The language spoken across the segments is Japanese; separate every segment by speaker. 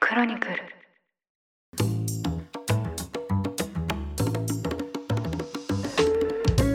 Speaker 1: クロニクル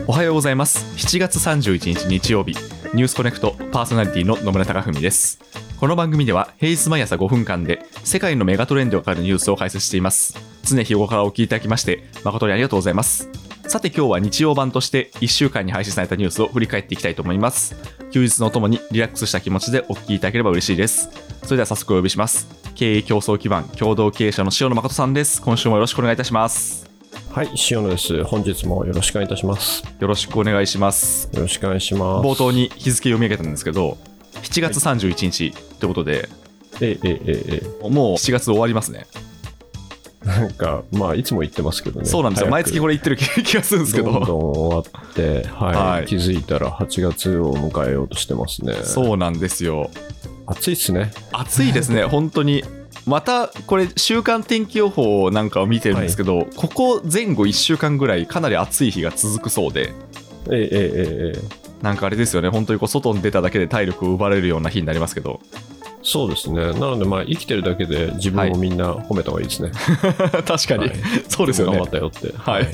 Speaker 2: おはようございます7月31日日曜日ニュースコネクトパーソナリティの野村貴文ですこの番組では平日毎朝5分間で世界のメガトレンドがかかるニュースを解説しています常日頃からお聞きいただきまして誠にありがとうございますさて今日は日曜版として1週間に配信されたニュースを振り返っていきたいと思います休日のともにリラックスした気持ちでお聞きいただければ嬉しいですそれでは早速お呼びします経営競争基盤共同経営者の塩野誠さんです今週もよろしくお願いいたします
Speaker 3: はい、塩野です。本日もよろしくお願いいたします。
Speaker 2: よろしくお願いします
Speaker 3: よろしくお願いします。
Speaker 2: 冒頭に日付読み上げたんですけど7月31日ってことで、
Speaker 3: えええええ
Speaker 2: もう7月終わりますね
Speaker 3: えなんか、まあ、いつも言ってますけどね。
Speaker 2: そうなんですよ毎月こ
Speaker 3: れ
Speaker 2: れ言ってる気気がするんですけど
Speaker 3: どんどん終わって、はい、
Speaker 2: はい
Speaker 3: 気づいたら8月を迎えようとしてますね。
Speaker 2: そうなんですよ
Speaker 3: 暑いっすね。
Speaker 2: 暑い ですね本当にまたこれ週間天気予報なんかを見てるんですけど、ここ前後1週間ぐらいかなり暑い日が続くそうで
Speaker 3: ええええええ
Speaker 2: なんかあれですよね本当にこう外に出ただけで体力を奪われるような日になりますけど
Speaker 3: そうですね。なので、まあ、生きてるだけで自分もみんな褒めた方がい いですね。
Speaker 2: 確かに、
Speaker 3: はい
Speaker 2: そうですよね
Speaker 3: 頑張ったよって。
Speaker 2: はい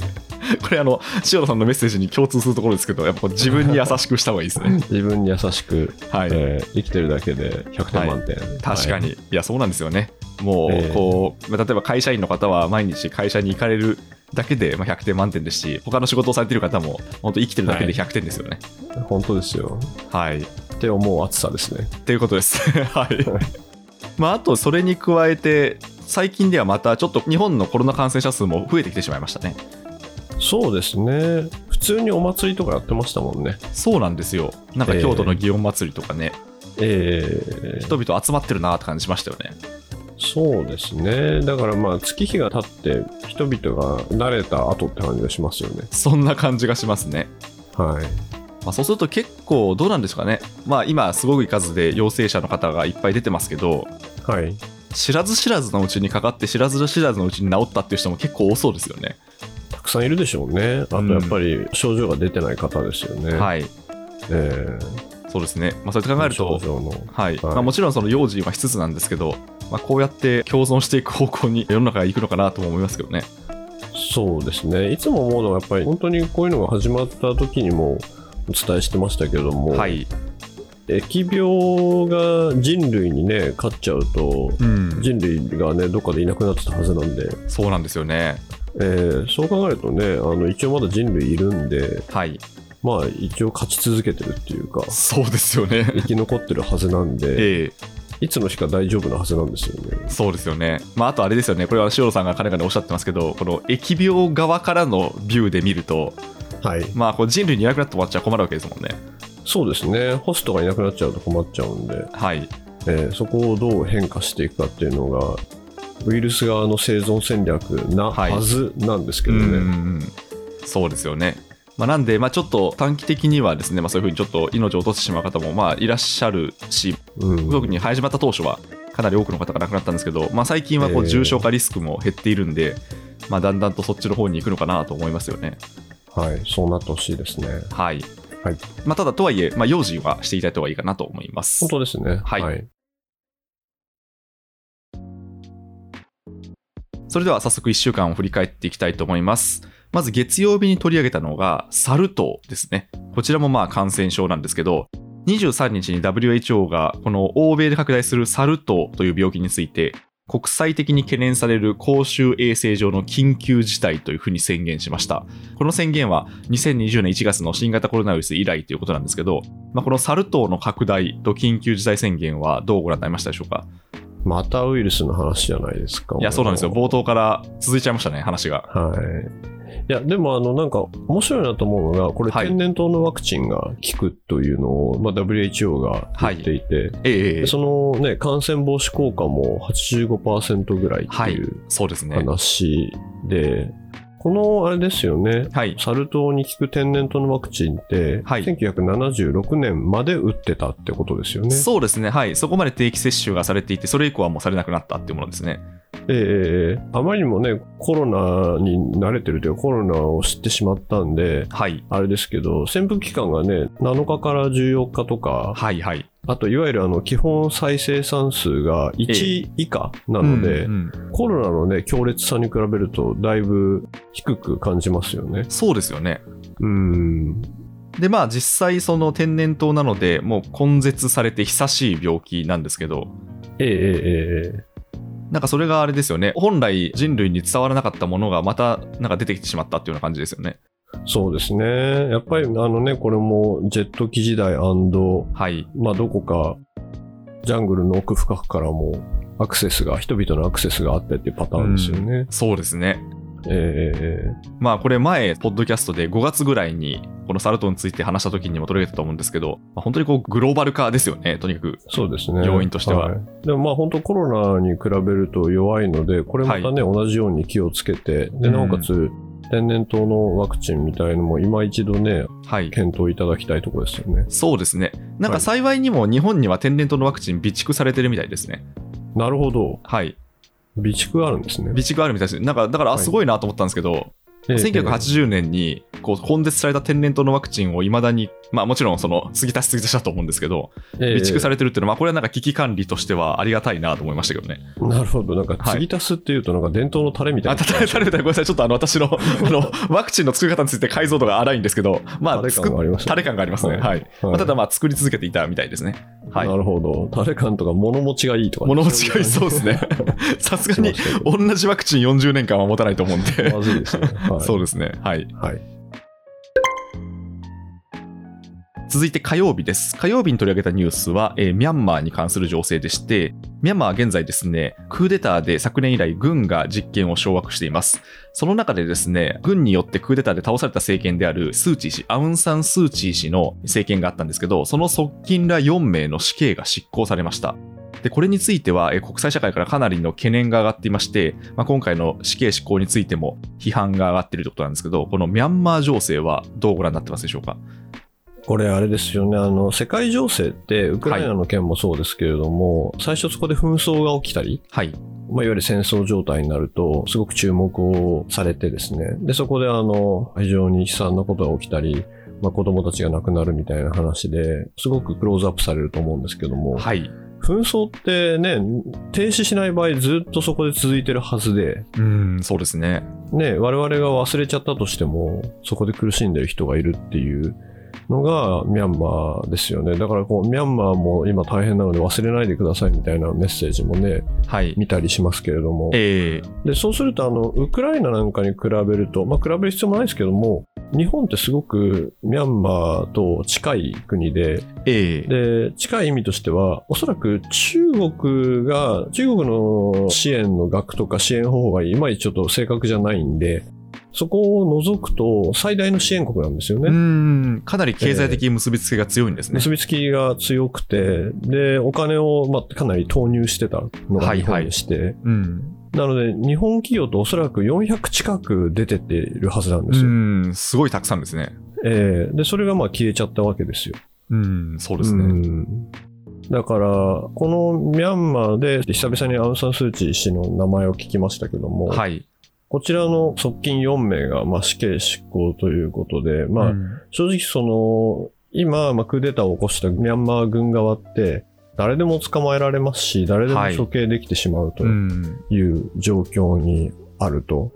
Speaker 2: これあの塩野さんのメッセージに共通するところですけどやっぱこう自分に優しくした方がいいです ね
Speaker 3: 自分に優しく、
Speaker 2: はい
Speaker 3: えー生きてるだけで100点満点。
Speaker 2: 確か
Speaker 3: はい。
Speaker 2: に、い、やそうなんですよねもう
Speaker 3: ええ
Speaker 2: こう、まあ例えば会社員の方は毎日会社に行かれるだけでまあ100点満点ですし他の仕事をされてる方も本当生きてるだけで100点ですよね
Speaker 3: 本当ですよ。
Speaker 2: はい、
Speaker 3: って思う暑さですね。
Speaker 2: ということです。 はい。まあ、あと、それに加えて、最近ではまたちょっと日本のコロナ感染者数も増えてきてしまいましたね。
Speaker 3: そうですね。普通にお祭りとかやってましたもんね。
Speaker 2: そうなんですよ。なんか
Speaker 3: ええ
Speaker 2: 京都の祇園祭りとかね、
Speaker 3: ええ
Speaker 2: 人々集まってるなって感じしましたよね。
Speaker 3: そうですね。だからまあ月日が経って人々が慣れた後って感じがしますよね。
Speaker 2: そんな感じがしますね。
Speaker 3: はい。
Speaker 2: まあ、そうすると結構どうなんですかね。まあ今すごい数で陽性者の方がいっぱい出てますけど、
Speaker 3: はい。
Speaker 2: 知らず知らずのうちにかかって知らず知らずのうちに治ったっていう人も結構多そうですよね。
Speaker 3: たくさんいるでしょうね。あとやっぱり症状が出てない方ですよね。い。
Speaker 2: はい。
Speaker 3: え
Speaker 2: そうですね。まあそうやって
Speaker 3: え
Speaker 2: 考える
Speaker 3: 症
Speaker 2: と、
Speaker 3: 状の。
Speaker 2: はい
Speaker 3: はい
Speaker 2: まあ、もちろんその用心はしつつなんですけど、まあ、こうやって共存していく方向に世の中が行くのかなとも思いますけどね。
Speaker 3: そうですね。いつも思うのはやっぱり本当にこういうのが始まった時にもお伝えしてましたけども、
Speaker 2: はい、
Speaker 3: 疫病が人類にね、勝っちゃうと、
Speaker 2: うん、
Speaker 3: 人類がね、どっかでいなくなってたはずなんで、
Speaker 2: そうなんですよね。
Speaker 3: えーそう考えるとね、あの一応まだ人類いるんで、
Speaker 2: はい、
Speaker 3: まあ一応勝ち続けてるって いうか、
Speaker 2: そうですよね。
Speaker 3: 生き残ってるはずなんで、
Speaker 2: え
Speaker 3: いつの日か大丈夫なはずなんですよね
Speaker 2: え。そうですよね。まあ、あとあれですよね、これは塩野さんがかねがねおっしゃってますけど、この疫病側からのビューで見ると、
Speaker 3: はい。
Speaker 2: まあ、こう人類にいなくなって終わっちゃ困るわけですもんね。
Speaker 3: そうですね、ホストがいなくなっちゃうと困っちゃうんで、
Speaker 2: はい、
Speaker 3: えーそこをどう変化していくかっていうのが、ウイルス側の生存戦略な
Speaker 2: はい
Speaker 3: はずなんですけ
Speaker 2: う
Speaker 3: ど
Speaker 2: ん
Speaker 3: ね。
Speaker 2: うんうんそうですよね。まあ、なんで、まあ、ちょっと短期的にはですね、まあ、そういうふうにちょっと命を落としてしまう方もまあいらっしゃるし、
Speaker 3: うん
Speaker 2: 特に始まった当初はかなり多くの方が亡くなったんですけど、まあ、最近はこう
Speaker 3: ええ
Speaker 2: 重症化リスクも減っているんで、まあ、だんだんとそっちの方に行くのかなと思いますよね。
Speaker 3: はい、そうなってほしいですね。
Speaker 2: はい
Speaker 3: はい、
Speaker 2: まあ、ただ、とはいえ、まあ、用心はしていただいた方がいいかなと思います
Speaker 3: 本。当ですね。
Speaker 2: はい
Speaker 3: はい
Speaker 2: それでは早速1週間を振り返っていきたいと思います。まず月曜日に取り上げたのがサル痘ですね。こちらもまあ感染症なんですけど、23日に WHO がこの欧米で拡大するサル痘という病気について、国際的に懸念される公衆衛生上の緊急事態というふうに宣言しました。この宣言は2020年1月の新型コロナウイルス以来ということなんですけど、まあ、このサル痘の拡大と緊急事態宣言はどうご覧になりましたでしょうか
Speaker 3: またウイルスの話じゃないですか。
Speaker 2: いや、そうなんですよ。
Speaker 3: も
Speaker 2: 冒頭から続いちゃいましたね、話が。
Speaker 3: はい。いや、でも、あの、なんか、面白いなと思うのが、これ、
Speaker 2: はい
Speaker 3: 天然痘のワクチンが効くというのを、まあ、WHO が言っていて、
Speaker 2: ええええ
Speaker 3: でそのね、感染防止効果も85%ぐらいっていう
Speaker 2: そうですね。
Speaker 3: 話で、この、あれですよね、
Speaker 2: はい。
Speaker 3: サル痘に効く天然痘のワクチンって、
Speaker 2: はい
Speaker 3: 1976年まで打ってたってことですよね。
Speaker 2: そうですね。はい。そこまで定期接種がされていて、それ以降はもうされなくなったっていうものですね。
Speaker 3: ええええあまりにもね、コロナに慣れてるというか、コロナを知ってしまったんで、
Speaker 2: はい。
Speaker 3: あれですけど、潜伏期間がね、7日から14日とか、
Speaker 2: はいはい。
Speaker 3: あといわゆるあの基本再生産数が1以下なので、
Speaker 2: うんうん
Speaker 3: コロナのね強烈さに比べるとだいぶ低く感じますよね。
Speaker 2: そうですよね。
Speaker 3: うん
Speaker 2: でまあ実際その天然痘なのでもう根絶されて久しい病気なんですけど
Speaker 3: えええええ
Speaker 2: なんかそれがあれですよね本来人類に伝わらなかったものがまたなんか出てきてしまったっていうような感じですよね。
Speaker 3: えそうですね。やっぱりあのねこれもジェット機時代
Speaker 2: はい。
Speaker 3: まあどこかジャングルの奥深くからもアクセスが人々のアクセスがあってっていうパターンですよね。
Speaker 2: そうですね。
Speaker 3: えええええ
Speaker 2: まあこれ前、ポッドキャストで5月ぐらいにこのサル痘について話した時にも取り上げたと思うんですけど、まあ本当にこうグローバル化ですよね、とにかく。
Speaker 3: そうですね。
Speaker 2: 要因としてはい
Speaker 3: でもまあ本当コロナに比べると弱いので、これまたね、同じように気をつけて、で、
Speaker 2: うん
Speaker 3: なおかつ、天然痘のワクチンみたいのも今一度ね、
Speaker 2: はい。
Speaker 3: 検討いただきたいところですよね。
Speaker 2: そうですね。なんか幸いにも日本には天然痘のワクチン備蓄されてるみたいですね。
Speaker 3: なるほど。
Speaker 2: はい。
Speaker 3: 備蓄あるんですね。
Speaker 2: 備蓄あるみたいです。なんかだからあ
Speaker 3: はい
Speaker 2: すごいなと思ったんですけど、
Speaker 3: ええ
Speaker 2: 1980年にこう根絶された天然痘のワクチンをいまだに、まあ、もちろんその継ぎ足し継ぎ足しだと思うんですけど、
Speaker 3: ええ
Speaker 2: 備蓄されてるっていうのは、まあ、これはなんか危機管理としてはありがたいなと思いましたけどね。
Speaker 3: なるほど。なんか、
Speaker 2: は
Speaker 3: 継
Speaker 2: い
Speaker 3: ぎ足すっていうと、なんか伝統のタレみたい
Speaker 2: あ
Speaker 3: な。
Speaker 2: たたたれたごめんなさい、ちょっとあの私の あのワクチンの作り方について解像度が荒いんですけど、ま
Speaker 3: タ
Speaker 2: あ、
Speaker 3: レ
Speaker 2: 作っ
Speaker 3: 感がありました
Speaker 2: タ
Speaker 3: ね。
Speaker 2: レ感がありますね。
Speaker 3: はい
Speaker 2: はいまあ
Speaker 3: はい
Speaker 2: ただ、まあ作り続けていたみたいですね。はい
Speaker 3: なるほど。タレ感とか物持ちがいいとかね、
Speaker 2: 物持ちがいそうです ね。さすがに
Speaker 3: しましたけど
Speaker 2: 同じワクチン40年間は持たないと思うんで、
Speaker 3: まずいですね。はい、
Speaker 2: そうですね。はい。
Speaker 3: はい。
Speaker 2: 続いて火曜日です。火曜日に取り上げたニュースは、えーミャンマーに関する情勢でして、ミャンマーは現在ですね、クーデターで昨年以来軍が実権を掌握しています。その中でですね、軍によってクーデターで倒された政権であるスーチー氏、アウンサン・スーチー氏の政権があったんですけど、その側近ら4名の死刑が執行されました。でこれについてはえー国際社会からかなりの懸念が上がっていまして、まあ、今回の死刑執行についても批判が上がっているということなんですけど、このミャンマー情勢はどうご覧になってますでしょうか。
Speaker 3: これあれですよねあの世界情勢ってウクライナの件もそうですけれども、最初そこで紛争が起きたり、
Speaker 2: はい、
Speaker 3: まあ、いわゆる戦争状態になるとすごく注目をされてですねでそこであの非常に悲惨なことが起きたり、まあ、子供たちが亡くなるみたいな話ですごくクローズアップされると思うんですけども、
Speaker 2: はい、
Speaker 3: 紛争ってね停止しない場合ずっとそこで続いてるはずで、
Speaker 2: うん、そうですね。
Speaker 3: ね、我々が忘れちゃったとしても、そこで苦しんでる人がいるっていうのがミャンマーですよね。だからこう、ミャンマーも今大変なので忘れないでくださいみたいなメッセージもね、
Speaker 2: はい。
Speaker 3: 見たりしますけれども。
Speaker 2: ええ
Speaker 3: で、そうすると、あの、ウクライナなんかに比べると、まあ、比べる必要もないですけども、日本ってすごくミャンマーと近い国で、
Speaker 2: ええ
Speaker 3: で、近い意味としては、おそらく中国が、中国の支援の額とか支援方法がいまいちちょっと正確じゃないんで、そこを除くと最大の支援国なんですよ
Speaker 2: う
Speaker 3: ね。
Speaker 2: ん、かなり経済的結びつきが強いんですね。
Speaker 3: 結びつきが強くて、で、お金を、まあ、かなり投入してたのが
Speaker 2: はい
Speaker 3: 日
Speaker 2: はい
Speaker 3: 本でして、
Speaker 2: うん、
Speaker 3: なので日本企業とおそらく400近く出てっているはずなんですよ。
Speaker 2: うん、すごいたくさんですね。
Speaker 3: ええで、それがまあ消えちゃったわけですよ。
Speaker 2: うん、そうですね。
Speaker 3: うんだから、このミャンマーで久々にアウン・サン・スー・チー氏の名前を聞きましたけども、
Speaker 2: はい。
Speaker 3: こちらの側近4名がまあ死刑執行ということで、まあ
Speaker 2: うん
Speaker 3: 正直その、今、まあクーデターを起こしたミャンマー軍側って、誰でも捕まえられますし、誰でも
Speaker 2: はい
Speaker 3: 処刑できてしまうと
Speaker 2: うん、
Speaker 3: いう状況にあると。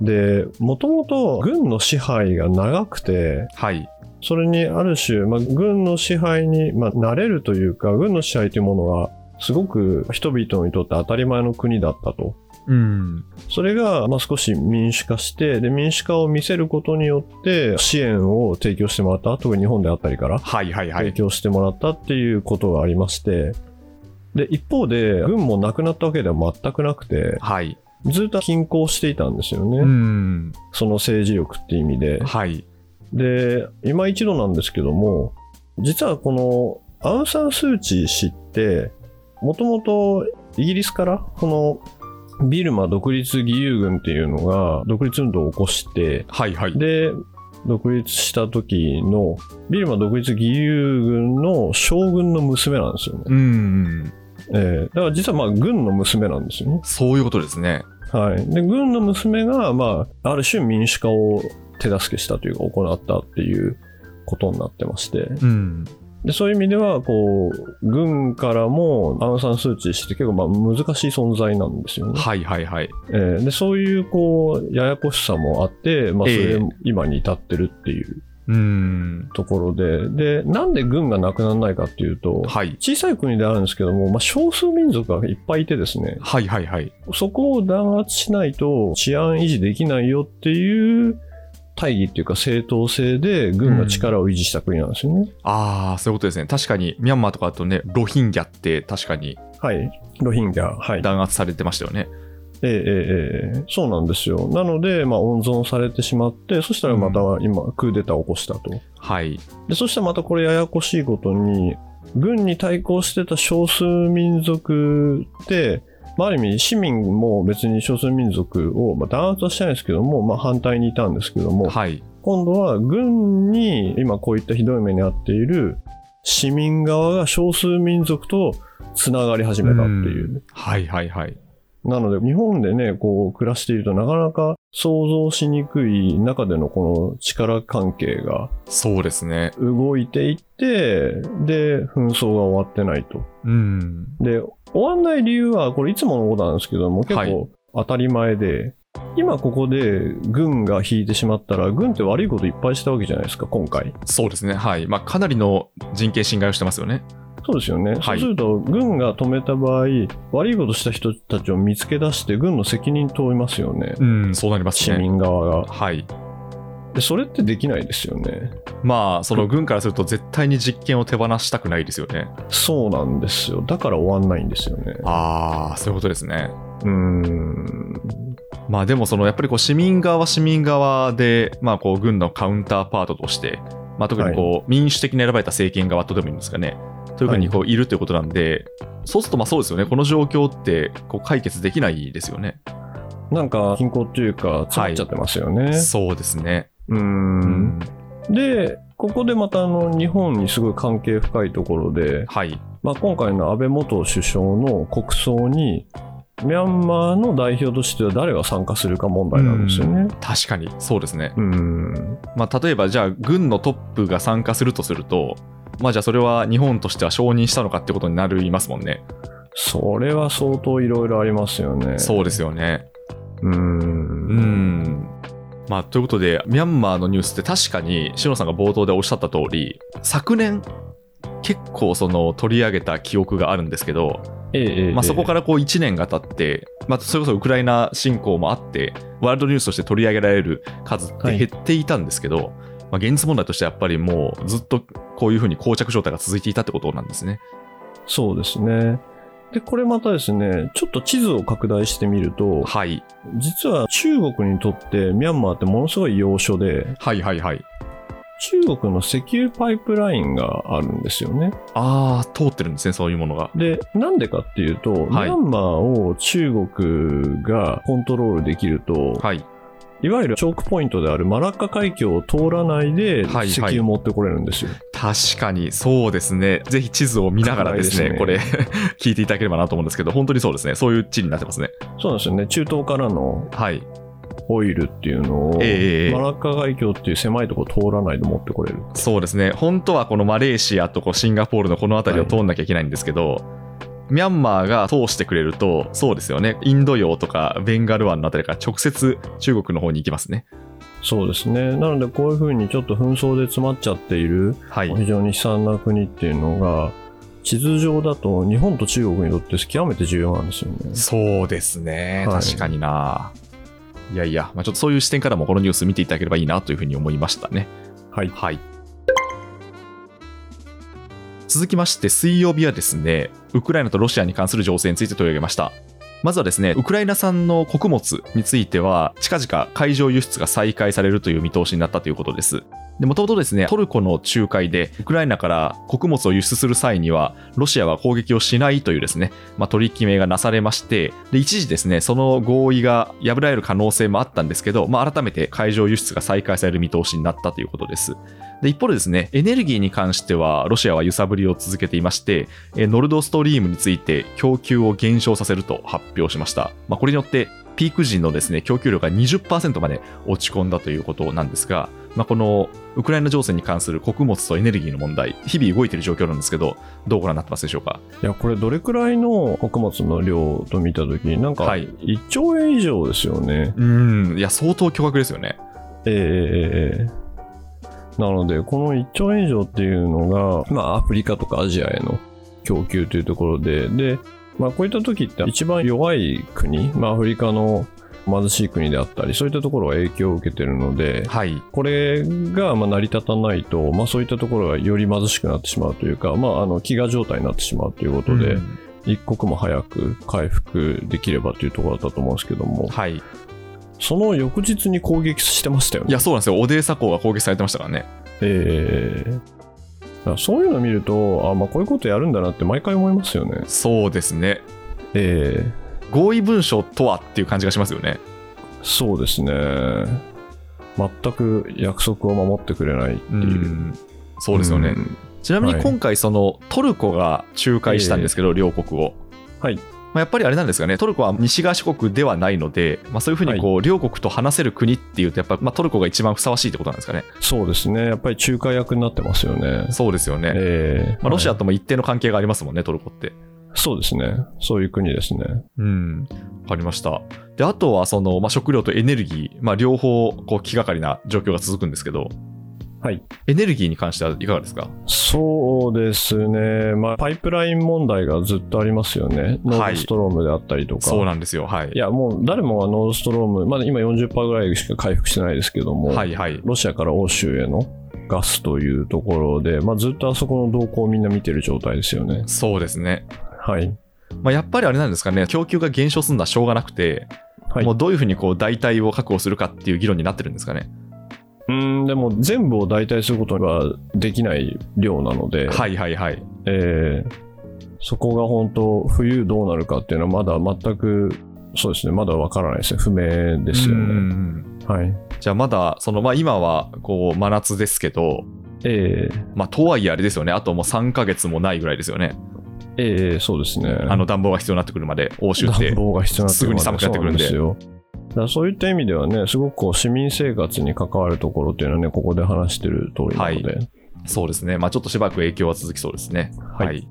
Speaker 3: で、もともと軍の支配が長くて、
Speaker 2: はい。
Speaker 3: それにある種、まあ、軍の支配に、まあ、慣れるというか、軍の支配というものが、すごく人々にとって当たり前の国だったと。
Speaker 2: うん、
Speaker 3: それが、まあ、少し民主化して、で、民主化を見せることによって、支援を提供してもらった、特に日本であったりから、
Speaker 2: はいはいは
Speaker 3: 提
Speaker 2: い。
Speaker 3: 供してもらったっていうことがありまして、で、一方で、軍もなくなったわけでは全くなくて、
Speaker 2: はい。
Speaker 3: ずっと均衡していたんですよね。
Speaker 2: うん、
Speaker 3: その政治力っていう意味で。
Speaker 2: はい。
Speaker 3: で、今一度なんですけども、実はこのアウン・サン・スー・チー氏って、もともとイギリスから、このビルマ独立義勇軍っていうのが、独立運動を起こして、
Speaker 2: はいはい。
Speaker 3: で、独立した時の、ビルマ独立義勇軍の将軍の娘なんですよね。
Speaker 2: うん、
Speaker 3: えーだから実はまあ軍の娘なんですよね。
Speaker 2: そういうことですね。
Speaker 3: はい。で、軍の娘が、まあ、ある種民主化を手助けしたというか、行ったっていうことになってまして。
Speaker 2: うん、
Speaker 3: でそういう意味ではこう軍からもアウン・サン・スー・チー氏って結構まあ難しい存在なんですよね。
Speaker 2: はいはいはい。
Speaker 3: えーでそういうこうややこしさもあって、まあ、そ
Speaker 2: え
Speaker 3: れ
Speaker 2: え
Speaker 3: 今に至ってるっていう
Speaker 2: うーん。
Speaker 3: ところで,、でなんで軍がなくならないかっていうと、
Speaker 2: はい。
Speaker 3: 小さい国であるんですけども、まあ、少数民族がいっぱいいてですね
Speaker 2: はいはいはい。
Speaker 3: そこを弾圧しないと治安維持できないよっていう大義っていうか正当性で軍が力を維持した国なんですよね。
Speaker 2: ああ、そういうことですね。確かに、ミャンマーとかだとね、ロヒンギャって確かに
Speaker 3: はい。ロヒンギャ。はい。
Speaker 2: 弾圧されてましたよね。
Speaker 3: ええええええそうなんですよ。なので、まあ、温存されてしまって、そしたらまた今、クーデターを起こしたと。
Speaker 2: はい。
Speaker 3: で、そしたらまたこれややこしいことに、軍に対抗してた少数民族って、まあ、ある意味、市民も別に少数民族を、まあ、弾圧はしてないですけども、まあ、反対にいたんですけども、
Speaker 2: はい。
Speaker 3: 今度は軍に今こういったひどい目に遭っている市民側が少数民族とつながり始めたっていう。
Speaker 2: んはいはいはい。
Speaker 3: なので、日本でね、こう、暮らしていると、なかなか想像しにくい中でのこの力関係が
Speaker 2: そうですね。
Speaker 3: 動いていって、で、紛争が終わってないと。
Speaker 2: うん。
Speaker 3: で、終わんない理由は、これいつものことなんですけども、結
Speaker 2: はい
Speaker 3: 構当たり前で、今ここで軍が引いてしまったら、軍って悪いこといっぱいしたわけじゃないですか、今回。
Speaker 2: そうですね。はい。まあ、かなりの人権侵害をしてますよね。
Speaker 3: そうですよね、
Speaker 2: い
Speaker 3: そうすると、軍が止めた場合、悪いことした人たちを見つけ出して、軍の責任問いますよね、
Speaker 2: うん、そうなります
Speaker 3: 市
Speaker 2: ね。
Speaker 3: 民側が。
Speaker 2: はい。
Speaker 3: でそれってできないですよね。
Speaker 2: まあ、その軍からすると絶対に実権を手放したくないですよね。
Speaker 3: そうなんですよ。だから終わんないんですよね。
Speaker 2: ああ、そういうことですね。
Speaker 3: うーん。
Speaker 2: まあでもそのやっぱりこう市民側は市民側で、まあ、こう軍のカウンターパートとして、まあ、特にこう民主的に選ばれた政権側とでもいいんですかね、というふうにこういるということなんで、そうするとまあそうですよね、この状況ってこう解決できないですよね。
Speaker 3: なんか、貧困というか、詰まっちゃってますよね。
Speaker 2: そうですね。
Speaker 3: うー。
Speaker 2: うんん、
Speaker 3: で、ここでまたあの日本にすごい関係深いところで、
Speaker 2: はい。
Speaker 3: まあ、今回の安倍元首相の国葬に、ミャンマーの代表としては誰が参加するか問題なんですよね。
Speaker 2: 確かに、そうですね。
Speaker 3: うん
Speaker 2: まあ、例えばじゃあ軍のトップが参加するとすると、まあじゃあそれは日本としては承認したのかってことになりますもんね。
Speaker 3: それは相当いろいろありますよね。
Speaker 2: そうです
Speaker 3: よ。
Speaker 2: よね。
Speaker 3: う。
Speaker 2: うんん。まあ、ということで、ミャンマーのニュースって確かに、シノさんが冒頭でおっしゃった通り、昨年、結構その取り上げた記憶があるんですけど、
Speaker 3: ええええ、
Speaker 2: まあ、そこかららこう1年が経って、まあ、それこそウクライナ侵攻もあって、ワールドニュースとして取り上げられる数っ
Speaker 3: は
Speaker 2: て
Speaker 3: い
Speaker 2: 減っていたんですけど、まあ、現実問題としてやっぱりもうずっとこういうふうに膠着状態が続いていたってことなんですね。
Speaker 3: そうですね。で、これまたですね、ちょっと地図を拡大してみると、
Speaker 2: はい。
Speaker 3: 実は中国にとってミャンマーってものすごい要所で、
Speaker 2: はいはいはい。
Speaker 3: 中国の石油パイプラインがあるんですよね。
Speaker 2: ああ、通ってるんですね、そういうものが。
Speaker 3: で、なんでかっていうと、
Speaker 2: はい
Speaker 3: ミャンマーを中国がコントロールできると、
Speaker 2: はい。
Speaker 3: い、わゆるチョークポイントであるマラッカ海峡を通らないで
Speaker 2: はい
Speaker 3: 石油持ってこれるんですよ。
Speaker 2: 確かにそうですね、ぜひ地図を見ながらですね、こ
Speaker 3: 拡大
Speaker 2: れ、 聞いていただければなと思うんですけど、本当にそうですね、そういう地になってますね。
Speaker 3: そうなんですよね。中東からの
Speaker 2: はい、
Speaker 3: オイルっていうのを、
Speaker 2: ええ
Speaker 3: マラッカ海峡っていう狭いとこ通らないで持ってこれる。
Speaker 2: そうですね、本当はこのマレーシアとこうシンガポールのこの辺りを
Speaker 3: はい
Speaker 2: 通んなきゃいけないんですけど、ミャンマーが通してくれると、そうですよね、インド洋とかベンガル湾のあたりから直接中国の方に行きますね。
Speaker 3: そうですね。なのでこういうふうにちょっと紛争で詰まっちゃっている
Speaker 2: はい、
Speaker 3: 非常に悲惨な国っていうのが、地図上だと日本と中国にとって極めて重要なんですよね。
Speaker 2: そうですね、
Speaker 3: はい
Speaker 2: 確かにな。いやいや、まあ、ちょっとそういう視点からもこのニュース見ていただければいいなというふうに思いましたね。
Speaker 3: はい。
Speaker 2: はい。続きまして、水曜日はですね、ウクライナとロシアに関する情勢について取り上げました。まずはですね、ウクライナ産の穀物については、近々海上輸出が再開されるという見通しになったということです。でもともとですね、トルコの仲介で、ウクライナから穀物を輸出する際には、ロシアは攻撃をしないというですね、まあ、取り決めがなされましてで、一時ですね、その合意が破られる可能性もあったんですけど、まあ、改めて海上輸出が再開される見通しになったということです。で一方でですね、エネルギーに関しては、ロシアは揺さぶりを続けていまして、えーノルドストリームについて供給を減少させると発表しました。まあ、これによって、ピーク時のですね供給量が20%まで落ち込んだということなんですが、まあ、このウクライナ情勢に関する穀物とエネルギーの問題、日々動いている状況なんですけど、どうご覧になってますでしょうか。
Speaker 3: いやこれどれくらいの穀物の量と見たときになんか
Speaker 2: はい
Speaker 3: 1兆円以上ですよね、
Speaker 2: うん、いや、相当巨額ですよね。
Speaker 3: ええええええなのでこの1兆円以上っていうのが、まあ、アフリカとかアジアへの供給というところでで、まあ、こういった時って一番弱い国、まあ、アフリカの貧しい国であったりそういったところは影響を受けてるので、
Speaker 2: はい。
Speaker 3: これがまあ成り立たないと、まあ、そういったところがより貧しくなってしまうというか、まあ、あの飢餓状態になってしまうということで、
Speaker 2: うん
Speaker 3: 一刻も早く回復できればというところだったと思うんですけども、
Speaker 2: はい。い
Speaker 3: その翌日に攻撃してましたよね。
Speaker 2: や、そうなんですよ。オデーサ港が攻撃されてましたからね。
Speaker 3: ええだからそういうのを見ると、あまあ、こういうことやるんだなって毎回思いますよね。
Speaker 2: そうですね。
Speaker 3: ええ
Speaker 2: 合意文書とはっていう感じがしますよね。
Speaker 3: そうですね。全く約束を守ってくれないって
Speaker 2: う
Speaker 3: いう。
Speaker 2: ん。そうですよね。
Speaker 3: ん
Speaker 2: ちなみに
Speaker 3: はい
Speaker 2: 今回、そのトルコが仲介したんですけど、両国を。
Speaker 3: はい。
Speaker 2: まあ、やっぱりあれなんですかね、トルコは西側諸国ではないので、まあ、そういうふうにこう、両国と話せる国っていうと、やっぱ、まあ、トルコが一番ふさわしいってことなんですかね。
Speaker 3: そうですね。やっぱり仲介役になってますよね。
Speaker 2: そうですよね。
Speaker 3: ええ
Speaker 2: まあ、ロシア
Speaker 3: はい
Speaker 2: とも一定の関係がありますもんね、トルコって。
Speaker 3: そうですね。そういう国ですね。
Speaker 2: うん、わかりました。で、あとはその、まあ、食料とエネルギー、まあ、両方こう気がかりな状況が続くんですけど、
Speaker 3: はい、
Speaker 2: エネルギーに関してはいかがですか
Speaker 3: そうですね、まあ、パイプライン問題がずっとありますよね、ノードストロームであったりとか、
Speaker 2: そうなんですよ、はい。
Speaker 3: いやもう誰もがノードストローム、まだ今40%ぐらいしか回復してないですけども、
Speaker 2: はいはい。
Speaker 3: ロシアから欧州へのガスというところで、まあ、ずっとあそこの動向をみんな見てる状態ですよね。
Speaker 2: そうですね。
Speaker 3: はい、
Speaker 2: まあ、やっぱりあれなんですかね、供給が減少するのはしょうがなくて、
Speaker 3: はい
Speaker 2: もうどういうふうにこう代替を確保するかっていう議論になってるんですかね。
Speaker 3: うんでも全部を代替することはできない量なので、
Speaker 2: はいはいはい。
Speaker 3: えーそこが本当、冬どうなるかっていうのは、まだ全く、そうですね、まだわからないですね、不明ですよ
Speaker 2: うんうん
Speaker 3: ね。
Speaker 2: うん
Speaker 3: はい
Speaker 2: じゃあまだ、そのまあ、今はこう真夏ですけど、
Speaker 3: え
Speaker 2: まあ、とはいえあれですよね、あともう3ヶ月もないぐらいですよね、
Speaker 3: えええそうですね。
Speaker 2: あの暖房が必要になってくるまで、欧州って
Speaker 3: 暖。房が必要になってくるまです
Speaker 2: ぐに寒くなってくるんで
Speaker 3: そうなんですよだからそういった意味ではね、すごくこう市民生活に関わるところっていうのはね、ここで話してる通りなので、
Speaker 2: そうですね、まあ、ちょっとしばらく影響は続きそうですね。
Speaker 3: はい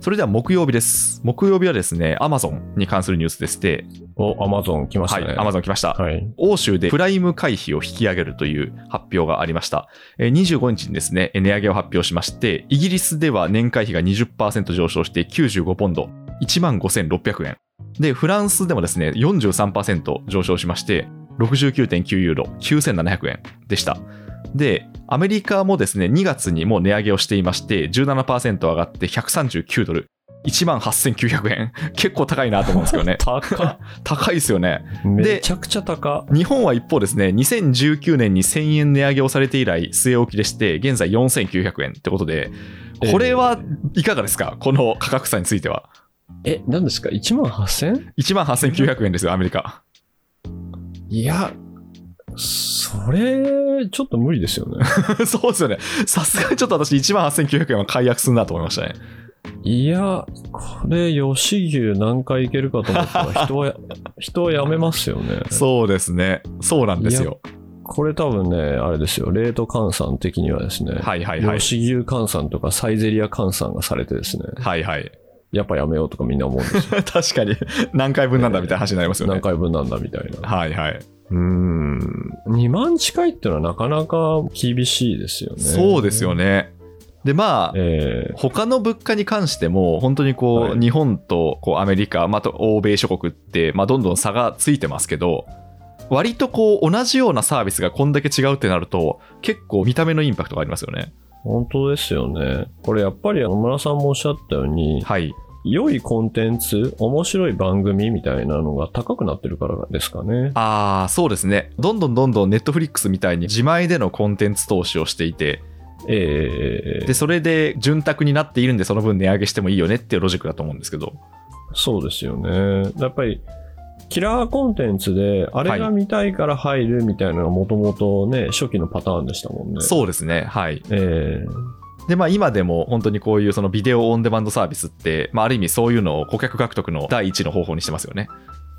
Speaker 2: それでは木曜日です。木曜日はですね、アマゾンに関するニュースでして、
Speaker 3: お、アマゾン来まし
Speaker 2: は
Speaker 3: た
Speaker 2: い、
Speaker 3: ね。
Speaker 2: アマゾン来ました。
Speaker 3: はい。。
Speaker 2: 欧州でプライム回避を引き上げるという発表がありました。えー25日にですね、値上げを発表しまして、イギリスでは年会費が20%上昇して95ポンド、15,600円。で、フランスでもですね、43%上昇しまして、69.9ユーロ、9,700円でした。で、アメリカもですね、2月にもう値上げをしていまして、17%上がって139ドル、18,900円。結構高いなと思うんですけどね
Speaker 3: 高
Speaker 2: 高いですよね。
Speaker 3: めちゃくちゃ高。
Speaker 2: 日本は一方ですね、2019年に1000円値上げをされて以来、据え置きでして、現在4900円ってことで、これはいかがですか、この価格差については。
Speaker 3: え、何ですか ?1 万 8000?
Speaker 2: 1万8900円ですよ、アメリカ。
Speaker 3: いや、それ、ちょっと無理ですよ ね。
Speaker 2: そうですよね。さすがにちょっと私、1万8900円は解約するなと思いましたね。
Speaker 3: いや、これ、吉牛何回いけるかと思った ら、人は、人はやめますよね。
Speaker 2: そうですね。そうなんですよ。
Speaker 3: これ多分ね、あれですよ、レート換算的にはですね、
Speaker 2: はいはいはい。
Speaker 3: 吉牛換算とかサイゼリア換算がされてですね、
Speaker 2: はいはい。
Speaker 3: やっぱやめようとかみんな思うんですよ。
Speaker 2: 確かに、何回分なんだみたいな話になりますよ
Speaker 3: 何
Speaker 2: ね。
Speaker 3: 回分なんだみたいな。
Speaker 2: はいはい。
Speaker 3: うーん。2万近いってのはなかなか厳しいですよね。
Speaker 2: そうですよね。で、まあ、
Speaker 3: ええ
Speaker 2: 他の物価に関しても、本当にこう、
Speaker 3: はい
Speaker 2: 日本とこうアメリカ、まあ、あと欧米諸国って、まあ、どんどん差がついてますけど、割とこう同じようなサービスがこんだけ違うってなると、結構見た目のインパクトがありますよね。
Speaker 3: 本当ですよね。これやっぱり野村さんもおっしゃったように、
Speaker 2: はい、
Speaker 3: 良いコンテンツ、面白い番組みたいなのが高くなってるからですかね。
Speaker 2: ああ、そうですね、どんどんどんどんネットフリックスみたいに自前でのコンテンツ投資をしていて、
Speaker 3: ええええええ
Speaker 2: でそれで潤沢になっているんで、その分値上げしてもいいよねっていうロジックだと思うんですけど、
Speaker 3: そうですよね。やっぱりキラーコンテンツで、あれが見たいから入るみたいなのがもともとね、初期のパターンでしたもんね。
Speaker 2: そうですね、はい。
Speaker 3: ええ
Speaker 2: で、まあ、今でも本当にこういうそのビデオオンデマンドサービスって、まあ、ある意味そういうのを顧客獲得の第一の方法にしてますよね。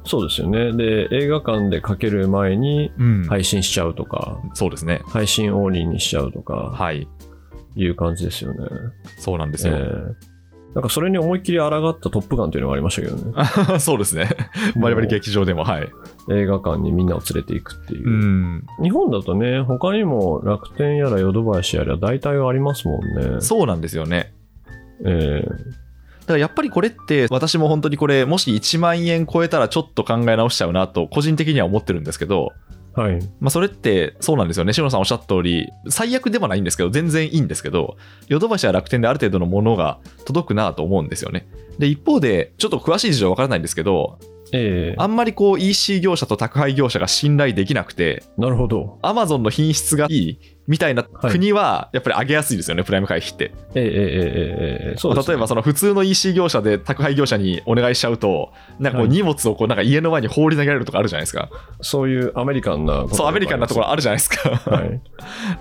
Speaker 3: そうですよね。で、映画館でかける前に
Speaker 2: うんはい。
Speaker 3: 配信しちゃうとか、
Speaker 2: そうですね。
Speaker 3: 配信オンリーにしちゃうとか、
Speaker 2: はい。
Speaker 3: いう感じですよね。
Speaker 2: そうなんです
Speaker 3: え
Speaker 2: よ。
Speaker 3: ーなんかそれに思いっきり抗ったトップガンというのがありましたけどね。
Speaker 2: そうですね。我々劇場でも、はい。
Speaker 3: もう映画館にみんなを連れていくっていうう。
Speaker 2: ん。
Speaker 3: 日本だとね、他にも楽天やらヨドバシやら大体はありますもんね。
Speaker 2: そうなんですよね。
Speaker 3: え
Speaker 2: だからやっぱりこれって、私も本当にこれ、もし1万円超えたらちょっと考え直しちゃうなと、個人的には思ってるんですけど、
Speaker 3: ーはい。
Speaker 2: まあ、それってそうなんですよね、篠野さんおっしゃった通り、最悪ではないんですけど、全然いいんですけど、ヨドバシや楽天である程度のものが届くなと思うんですよね。で、一方で、ちょっと詳しい事情はわからないんですけど、
Speaker 3: えー
Speaker 2: あんまりこう EC 業者と宅配業者が信頼できなくて、
Speaker 3: なるほど。
Speaker 2: アマゾンの品質がいいみたいな
Speaker 3: はい
Speaker 2: 国は、やっぱり上げやすいですよね、プライム会費って。
Speaker 3: えーえーえーえーえーそうですね
Speaker 2: 例えばその普通の EC 業者で宅配業者にお願いしちゃうと、なんかこう
Speaker 3: はい
Speaker 2: 荷物をこうなんか家の前に放り投げられるとかあるじゃないですか。
Speaker 3: そういうアメリカンなこと
Speaker 2: そう、アメリカンなところあるじゃないですか。
Speaker 3: はい。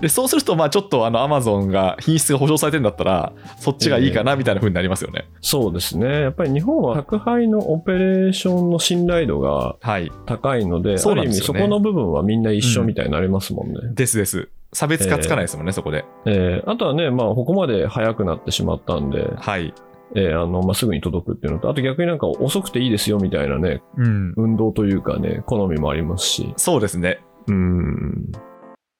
Speaker 2: でそうすると、まあちょっとあのアマゾンが品質が保証されてるんだったら、そっちがいいかなみたいな風になりますよね。
Speaker 3: そうですね。やっぱり日本は宅配のオペレーションの信頼度が
Speaker 2: はい。
Speaker 3: 高いので、
Speaker 2: そう
Speaker 3: あ
Speaker 2: なん
Speaker 3: る意
Speaker 2: で
Speaker 3: 味
Speaker 2: すよ
Speaker 3: そ
Speaker 2: ね
Speaker 3: この部分はみんな一緒みたいになりますもんね。
Speaker 2: ですです。差別化つかないですもんね、そこで。
Speaker 3: えーあとはね、まあ、ここまで早くなってしまったんで、
Speaker 2: はい。
Speaker 3: えーあのまあ、すぐに届くっていうのと、あと逆になんか遅くていいですよみたいなね、
Speaker 2: うん。
Speaker 3: 運動というかね、好みもありますし。
Speaker 2: そうですね。
Speaker 3: うん。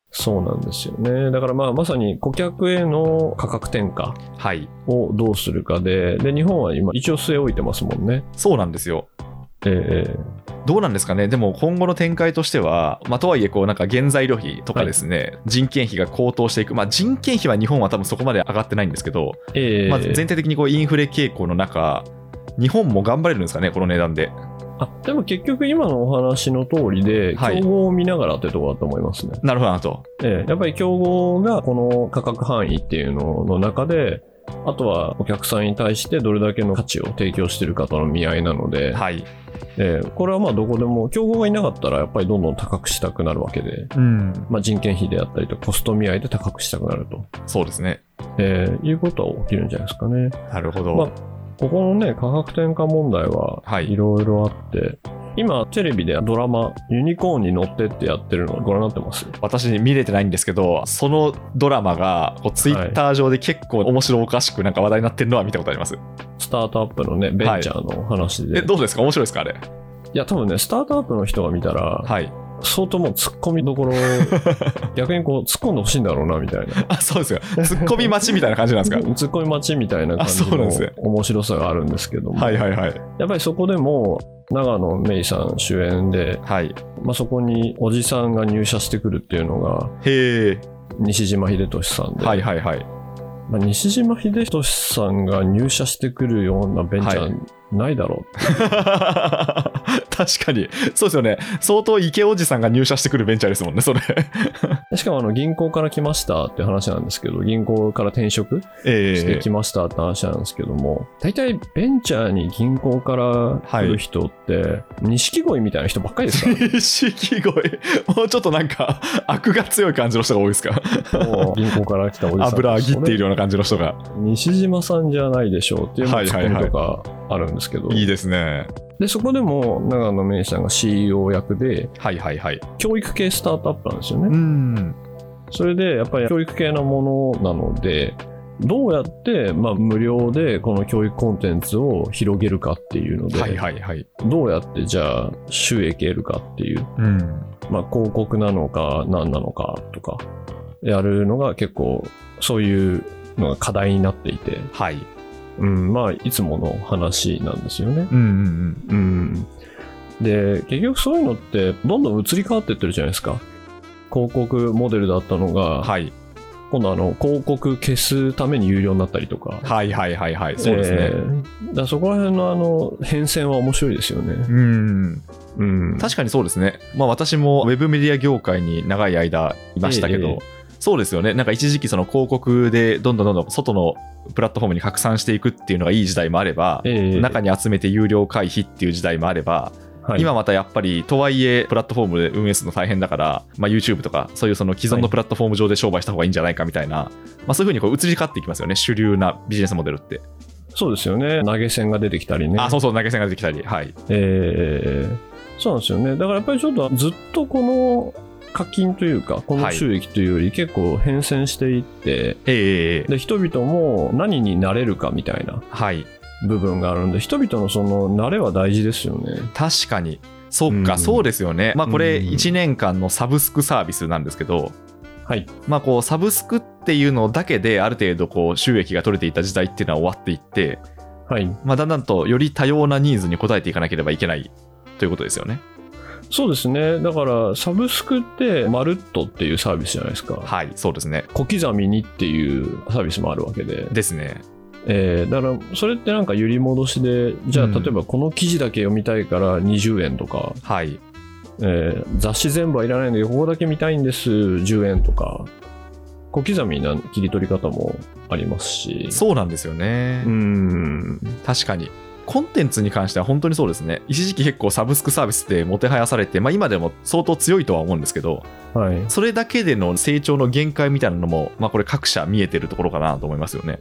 Speaker 3: そうなんですよね。だからまあ、まさに顧客への価格転嫁
Speaker 2: はい。
Speaker 3: をどうするかで、で、日本は今一応据え置いてますもんね。
Speaker 2: そうなんですよ。
Speaker 3: えーえー
Speaker 2: どうなんですかね、でも今後の展開としては、まあ、とはいえ、こうなんか原材料費とかですね、人件費が高騰していく、まあ、人件費は日本は多分そこまで上がってないんですけど、
Speaker 3: ええ
Speaker 2: まあ、全体的にこうインフレ傾向の中、日本も頑張れるんですかね、この値段で。
Speaker 3: あでも結局今のお話の通りで、
Speaker 2: はい
Speaker 3: 競合を見ながらってところだと思いますね、
Speaker 2: なるほどなと。
Speaker 3: ええやっぱり競合がこの価格範囲っていうのの中であとはお客さんに対してどれだけの価値を提供してるかとの見合いなので、
Speaker 2: はい。
Speaker 3: ええこれはまあどこでも競合がいなかったらやっぱりどんどん高くしたくなるわけで、
Speaker 2: うん。
Speaker 3: まあ、人件費であったりとコスト見合いで高くしたくなると、
Speaker 2: そうですね。
Speaker 3: ええいうことは起きるんじゃないですかね。
Speaker 2: なるほど。
Speaker 3: まあここのね、価格転嫁問題は
Speaker 2: はい
Speaker 3: いろいろあって、今、テレビでドラマ、ユニコーンに乗ってってやってるのご覧になってます
Speaker 2: 私見れてないんですけど、そのドラマがこうツイッター上で結構面白おかしくなんか話題になってるのは見たことあります。
Speaker 3: スタートアップのね、ベンチャーの話で。
Speaker 2: え、
Speaker 3: い、
Speaker 2: どうですか面白いですかあれ。
Speaker 3: や、多分ね、スタートアップの人が見たら、
Speaker 2: はい。
Speaker 3: 相当もう突っ込みどこ ろ、逆にこう、突っ込んでほしいんだろうな、みたいな。
Speaker 2: あ、そうですよ。ツッコミ待ちみたいな感じなんです か
Speaker 3: 突っ込み待ちみたいな感
Speaker 2: あ
Speaker 3: じ
Speaker 2: そうなん
Speaker 3: の
Speaker 2: ですね
Speaker 3: 面白さがあるんですけども、
Speaker 2: はいはいはい。
Speaker 3: やっぱりそこでも、長野芽衣さん主演で、
Speaker 2: はい。
Speaker 3: まあ、そこにおじさんが入社してくるっていうのが、
Speaker 2: へえ。
Speaker 3: 西島秀俊さんで、
Speaker 2: はいはい はい。
Speaker 3: まあ、西島秀俊さんが入社してくるようなベンチャ
Speaker 2: はい
Speaker 3: ーないだろ
Speaker 2: 確かに。そうですよね。相当イケおじさんが入社してくるベンチャーですもんね、それ。
Speaker 3: う、しかもあの銀行から来ましたって話なんですけど銀行から転職して
Speaker 2: ええ
Speaker 3: きましたって話なんですけども、大体ベンチャーに銀行から来る人って錦鯉みたいな人ばっかりですからね
Speaker 2: 錦鯉。もうちょっとなんか、悪が強い感じの人が多いですか
Speaker 3: もう銀行から来たおじさん
Speaker 2: 油あぎっているような感じの人が。
Speaker 3: 西島さんじゃないでしょうっていうツ
Speaker 2: はいはいは
Speaker 3: ッコ
Speaker 2: い
Speaker 3: ミとかあるんですけど、
Speaker 2: いいですね。
Speaker 3: でそこでも長野芽衣さんが CEO 役で
Speaker 2: はいはいはい。
Speaker 3: 教育系スタートアップなんですよね
Speaker 2: うん。
Speaker 3: それでやっぱり教育系のものなので、どうやって、まあ、無料でこの教育コンテンツを広げるかっていうので、
Speaker 2: はいはいはい。
Speaker 3: どうやってじゃあ収益得るかっていう、
Speaker 2: うん。
Speaker 3: まあ、広告なのか何なのかとか、やるのが結構そういうのが課題になっていて、
Speaker 2: はい。
Speaker 3: うん、まあいつもの話なんですよね。
Speaker 2: うんうんうん。
Speaker 3: うん。で、結局そういうのってどんどん移り変わっていってるじゃないですか。広告モデルだったのが、
Speaker 2: はい。
Speaker 3: 今度あの広告消すために有料になったりとか、
Speaker 2: はいはいはいはい。そうですね。
Speaker 3: えーだからそこら辺のあの変遷は面白いですよね。
Speaker 2: うん
Speaker 3: うん
Speaker 2: 確かにそうですね、まあ、私もウェブメディア業界に長い間いましたけど、
Speaker 3: ええ
Speaker 2: そうですよね、なんか一時期、その広告でどんどんどんどん外のプラットフォームに拡散していくっていうのがいい時代もあれば、
Speaker 3: えー
Speaker 2: 中に集めて有料会費っていう時代もあれば、
Speaker 3: はい
Speaker 2: 今またやっぱり、とはいえ、プラットフォームで運営するの大変だから、まあ、YouTube とか、そういうその既存のプラットフォーム上で商売した方がいいんじゃないかみたいな、まあ、そういうふうにこう移り変わっていきますよね、主流なビジネスモデルって。
Speaker 3: そうですよね。投げ銭が出てきたりね。
Speaker 2: あ、そうそう、投げ銭が出てきたり、はい。
Speaker 3: えーそうなんですよね。だからやっぱりちょっとずっとこの課金というか、この収益というより結構変遷していって、
Speaker 2: ええええ
Speaker 3: で、人々も何になれるかみたいな
Speaker 2: はい。
Speaker 3: 部分があるんで、人々のその慣れは大事ですよね。
Speaker 2: 確かに。そっか、
Speaker 3: うん
Speaker 2: そうですよね。まあ、これ、
Speaker 3: うん
Speaker 2: 1年間のサブスクサービスなんですけど、
Speaker 3: はい。
Speaker 2: まあ、こうサブスクっていうのだけである程度こう収益が取れていた時代っていうのは終わっていって、
Speaker 3: はい。
Speaker 2: まあ、だんだんとより多様なニーズに応えていかなければいけないということですよね。
Speaker 3: そうですね。だから、サブスクって、まるっとっていうサービスじゃないですか。
Speaker 2: はい、そうですね。
Speaker 3: 小刻みにっていうサービスもあるわけで。
Speaker 2: ですね。
Speaker 3: えーだから、それってなんか揺り戻しで、じゃあ、
Speaker 2: うん
Speaker 3: 例えばこの記事だけ読みたいから20円とか、
Speaker 2: はい。
Speaker 3: えー雑誌全部はいらないんで、ここだけ見たいんです、10円とか、小刻みな切り取り方もありますし。
Speaker 2: そうなんですよね。
Speaker 3: うーん。
Speaker 2: 確かに。コンテンツに関しては本当にそうですね。一時期結構サブスクサービスってもてはやされて、まあ今でも相当強いとは思うんですけど、
Speaker 3: はい。
Speaker 2: それだけでの成長の限界みたいなのも、まあこれ各社見えてるところかなと思いますよね。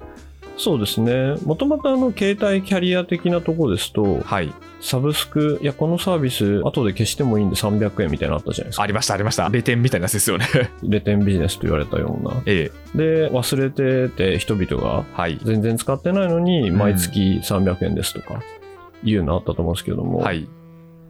Speaker 3: そうですね。もともとあの、携帯キャリア的なところですと、
Speaker 2: はい。
Speaker 3: サブスク、いや、このサービス、後で消してもいいんで300円みたいなのあったじゃないですか。
Speaker 2: ありました、ありました。0点みたいなやつですよね。
Speaker 3: レテンビジネスと言われたような。
Speaker 2: ええ。
Speaker 3: で、忘れてて、人々が
Speaker 2: はい。
Speaker 3: 全然使ってないのに、
Speaker 2: うん
Speaker 3: 毎月300円ですとか、いうのあったと思うんですけども、
Speaker 2: はい。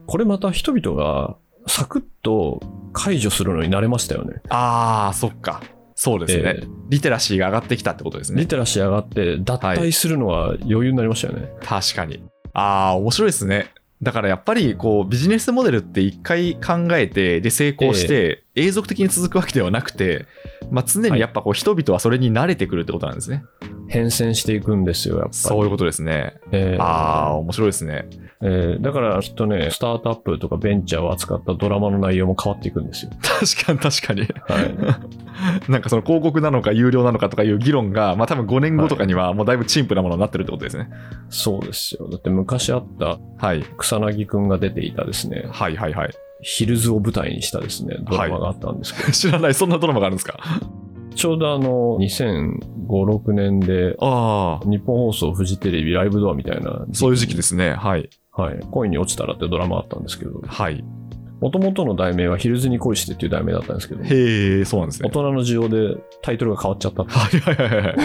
Speaker 3: これまた人々が、サクッと解除するのに慣れましたよね。
Speaker 2: ああ、そっか。そうですね、
Speaker 3: えー
Speaker 2: リテラシーが上がってきたってことです
Speaker 3: リ
Speaker 2: ね。
Speaker 3: テラシー上がって、脱退するのは余裕になりましたよね。
Speaker 2: 確かに。ああ、面白いですね。だからやっぱりこうビジネスモデルって一回考えてで成功して永続的に続くわけではなくて、まあ、常にやっぱこう人々はそれに慣れてくるってことなんですね。
Speaker 3: 変遷していくんですよ、やっぱり。
Speaker 2: そういうことですね。
Speaker 3: えー
Speaker 2: ああ、面白いですね。
Speaker 3: えーだからきっとね、スタートアップとかベンチャーを扱ったドラマの内容も変わっていくんですよ。
Speaker 2: 確かに確かに。
Speaker 3: はい。
Speaker 2: なんかその広告なのか有料なのかとかいう議論が、まあ多分5年後とかにはもうだいぶ陳腐なものになってるってことですね。
Speaker 3: そうですよ。だって昔あった
Speaker 2: はい。
Speaker 3: 草薙くんが出ていたですね、
Speaker 2: はいはいはい。
Speaker 3: ヒルズを舞台にしたですね、ドラマがあったんですけど、
Speaker 2: 知らない、そんなドラマがあるんですか。
Speaker 3: ちょうどあの、2005、6年で、
Speaker 2: ああ、
Speaker 3: 日本放送、フジテレビ、ライブドアみたいな、
Speaker 2: そういう時期ですね。はい。
Speaker 3: はい、恋に落ちたらってドラマあったんですけど、
Speaker 2: はい。
Speaker 3: もともとの題名はヒルズに恋してっていう題名だったんですけど、
Speaker 2: へえ、そうなんです
Speaker 3: 大
Speaker 2: ね。
Speaker 3: 人の需要でタイトルが変わっちゃったって。
Speaker 2: はいはいはいはい。